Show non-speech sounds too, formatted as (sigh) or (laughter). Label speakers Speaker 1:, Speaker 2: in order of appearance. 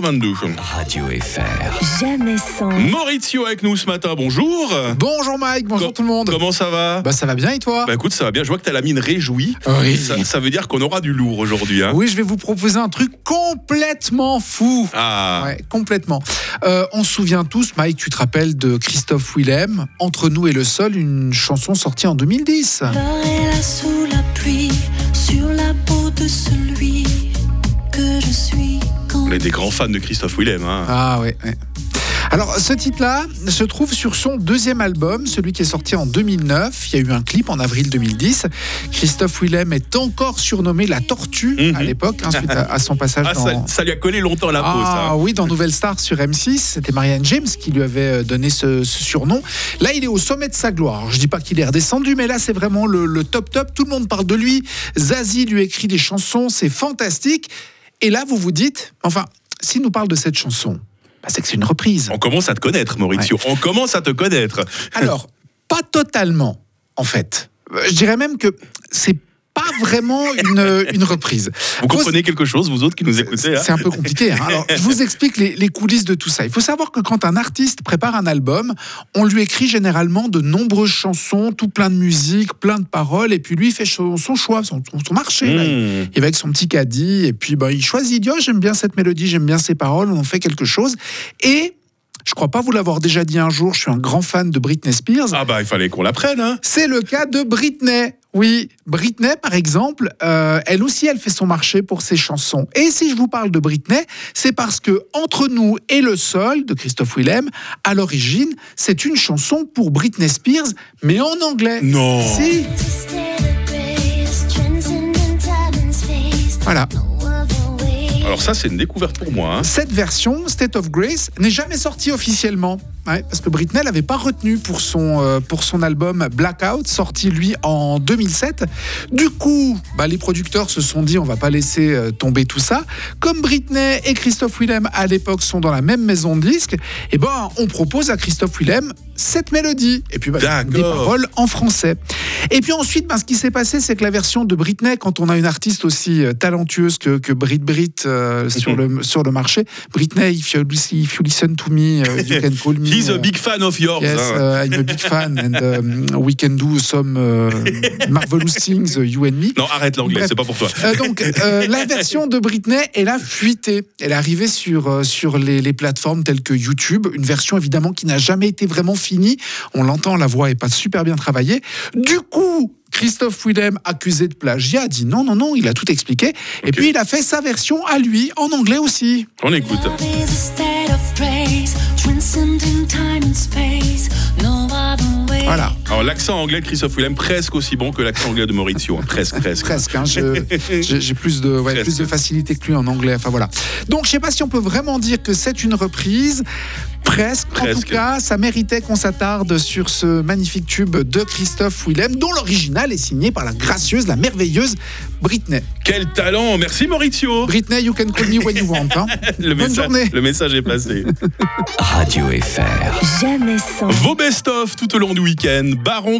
Speaker 1: 22.
Speaker 2: Radio FR.
Speaker 3: Jamais sans.
Speaker 1: Maurizio avec nous ce matin, bonjour
Speaker 4: Bonjour Mike, bonjour
Speaker 1: Com-
Speaker 4: tout le monde.
Speaker 1: Comment ça va
Speaker 4: Bah ça va bien et toi
Speaker 1: Bah écoute, ça va bien, je vois que t'as la mine réjouie.
Speaker 4: Oui.
Speaker 1: Ça, ça veut dire qu'on aura du lourd aujourd'hui. Hein.
Speaker 4: Oui, je vais vous proposer un truc complètement fou.
Speaker 1: Ah,
Speaker 4: Ouais, complètement. Euh, on se souvient tous, Mike, tu te rappelles de Christophe Willem, Entre nous et le sol, une chanson sortie en 2010.
Speaker 5: L'or est là sous la pluie, sur la peau de celui que je suis. Quand
Speaker 1: on est des grands fans de Christophe Willem. Hein.
Speaker 4: Ah ouais. ouais. Alors ce titre-là se trouve sur son deuxième album, celui qui est sorti en 2009. Il y a eu un clip en avril 2010. Christophe Willem est encore surnommé la Tortue à
Speaker 1: Mhm.
Speaker 4: l'époque, hein, suite à, à son passage
Speaker 1: Ah,
Speaker 4: dans,
Speaker 1: ça, ça lui a collé longtemps à la peau,
Speaker 4: Ah
Speaker 1: ça.
Speaker 4: oui, dans Nouvelle Star sur M6, c'était Marianne James qui lui avait euh, donné ce, ce surnom. Là, il est au sommet de sa gloire. Alors, Je dis pas qu'il est redescendu, mais là, c'est vraiment le, le top top. Tout le monde parle de lui. Zazie lui écrit des chansons, c'est fantastique. Et là, vous vous dites, enfin, s'il nous parle de cette chanson, bah, c'est que c'est une reprise.
Speaker 1: On commence à te connaître, Maurizio. On commence à te connaître.
Speaker 4: Alors, pas totalement, en fait. Euh, Je dirais même que c'est pas vraiment une, une reprise.
Speaker 1: (laughs) Vous
Speaker 4: Faut-
Speaker 1: comprenez quelque chose, vous autres qui nous écoutez hein
Speaker 4: c'est un peu compliqué. hein. Alors, je vous explique les, les coulisses de tout ça. Il faut savoir que quand un artiste prépare un album, on lui écrit généralement de nombreuses chansons, tout plein de musique, plein de paroles, et puis lui il fait son, son choix, son, son marché. là.
Speaker 1: Mmh.
Speaker 4: Il va avec son petit caddie, et puis ben, il choisit, il dit, Oh, j'aime bien cette mélodie, j'aime bien ces paroles, on en fait quelque chose. Et je crois pas vous l'avoir déjà dit un jour, je suis un grand fan de Britney Spears.
Speaker 1: Ah bah, il fallait qu'on l'apprenne. Hein.
Speaker 4: C'est le cas de Britney. Oui, Britney, par exemple, euh, elle aussi, elle fait son marché pour ses chansons. Et si je vous parle de Britney, c'est parce que Entre nous et le sol de Christophe Willem, à l'origine, c'est une chanson pour Britney Spears, mais en anglais.
Speaker 1: Non
Speaker 4: Si, voilà.
Speaker 1: Alors ça, c'est une découverte pour moi. hein.
Speaker 4: Cette version, State of Grace, n'est jamais sortie officiellement. Ouais, parce que Britney l'avait pas retenue pour son, euh, pour son album Blackout, sorti lui en 2007. Du coup, bah, les producteurs se sont dit on va pas laisser euh, tomber tout ça. Comme Britney et Christophe Willem à l'époque sont dans la même maison de disques, eh ben, on propose à Christophe Willem cette mélodie. Et puis bah, des
Speaker 1: D'accord.
Speaker 4: paroles en français. Et puis ensuite, ben, ce qui s'est passé, c'est que la version de Britney, quand on a une artiste aussi euh, talentueuse que, que Brit Brit
Speaker 1: (laughs)
Speaker 4: euh, sur, le, sur le marché, Britney, if you, if you listen to me, euh, you can call me.
Speaker 1: He's a
Speaker 4: euh,
Speaker 1: big fan of yours.
Speaker 4: Yes,
Speaker 1: hein.
Speaker 4: uh, I'm a big fan, and um, we can do
Speaker 1: (laughs)
Speaker 4: some uh, marvelous things, uh, you and me.
Speaker 1: Non, arrête l'anglais,
Speaker 4: Bref.
Speaker 1: c'est pas pour toi.
Speaker 4: Euh, donc, euh, la version de Britney, elle a fuité. Elle est arrivée sur, euh, sur les, les plateformes telles que YouTube. Une version, évidemment, qui n'a jamais été vraiment finie. On l'entend, la voix est pas super bien travaillée. Du coup, Christophe Willem, accusé de plagiat, a dit non, non, non, il a tout expliqué. Et
Speaker 1: Ok.
Speaker 4: puis, il a fait sa version à lui, en anglais aussi.
Speaker 1: On écoute.
Speaker 5: Love is a state of grace, transcending time and space. No other way.
Speaker 4: Voilà.
Speaker 1: Alors l'accent anglais de Christophe Willem, presque aussi bon que l'accent anglais de Maurizio. hein. Presque, presque.
Speaker 4: Presque,
Speaker 1: (laughs)
Speaker 4: hein, je- j'ai j'ai plus, de, ouais,
Speaker 1: Presque.
Speaker 4: plus de facilité que lui en anglais. Enfin voilà. Donc je sais pas si on peut vraiment dire que c'est une reprise. Presque. En
Speaker 1: Presque.
Speaker 4: tout cas, ça méritait qu'on s'attarde sur ce magnifique tube de Christophe Willem, dont l'original est signé par la gracieuse, la merveilleuse Britney.
Speaker 1: Quel talent Merci Maurizio
Speaker 4: Britney, you can call me when you want. hein.
Speaker 1: le
Speaker 4: Bonne
Speaker 1: message,
Speaker 4: journée.
Speaker 1: le message est passé.
Speaker 2: Radio FR.
Speaker 3: Jamais sans.
Speaker 1: Vos best-of tout au long du week-end. Baron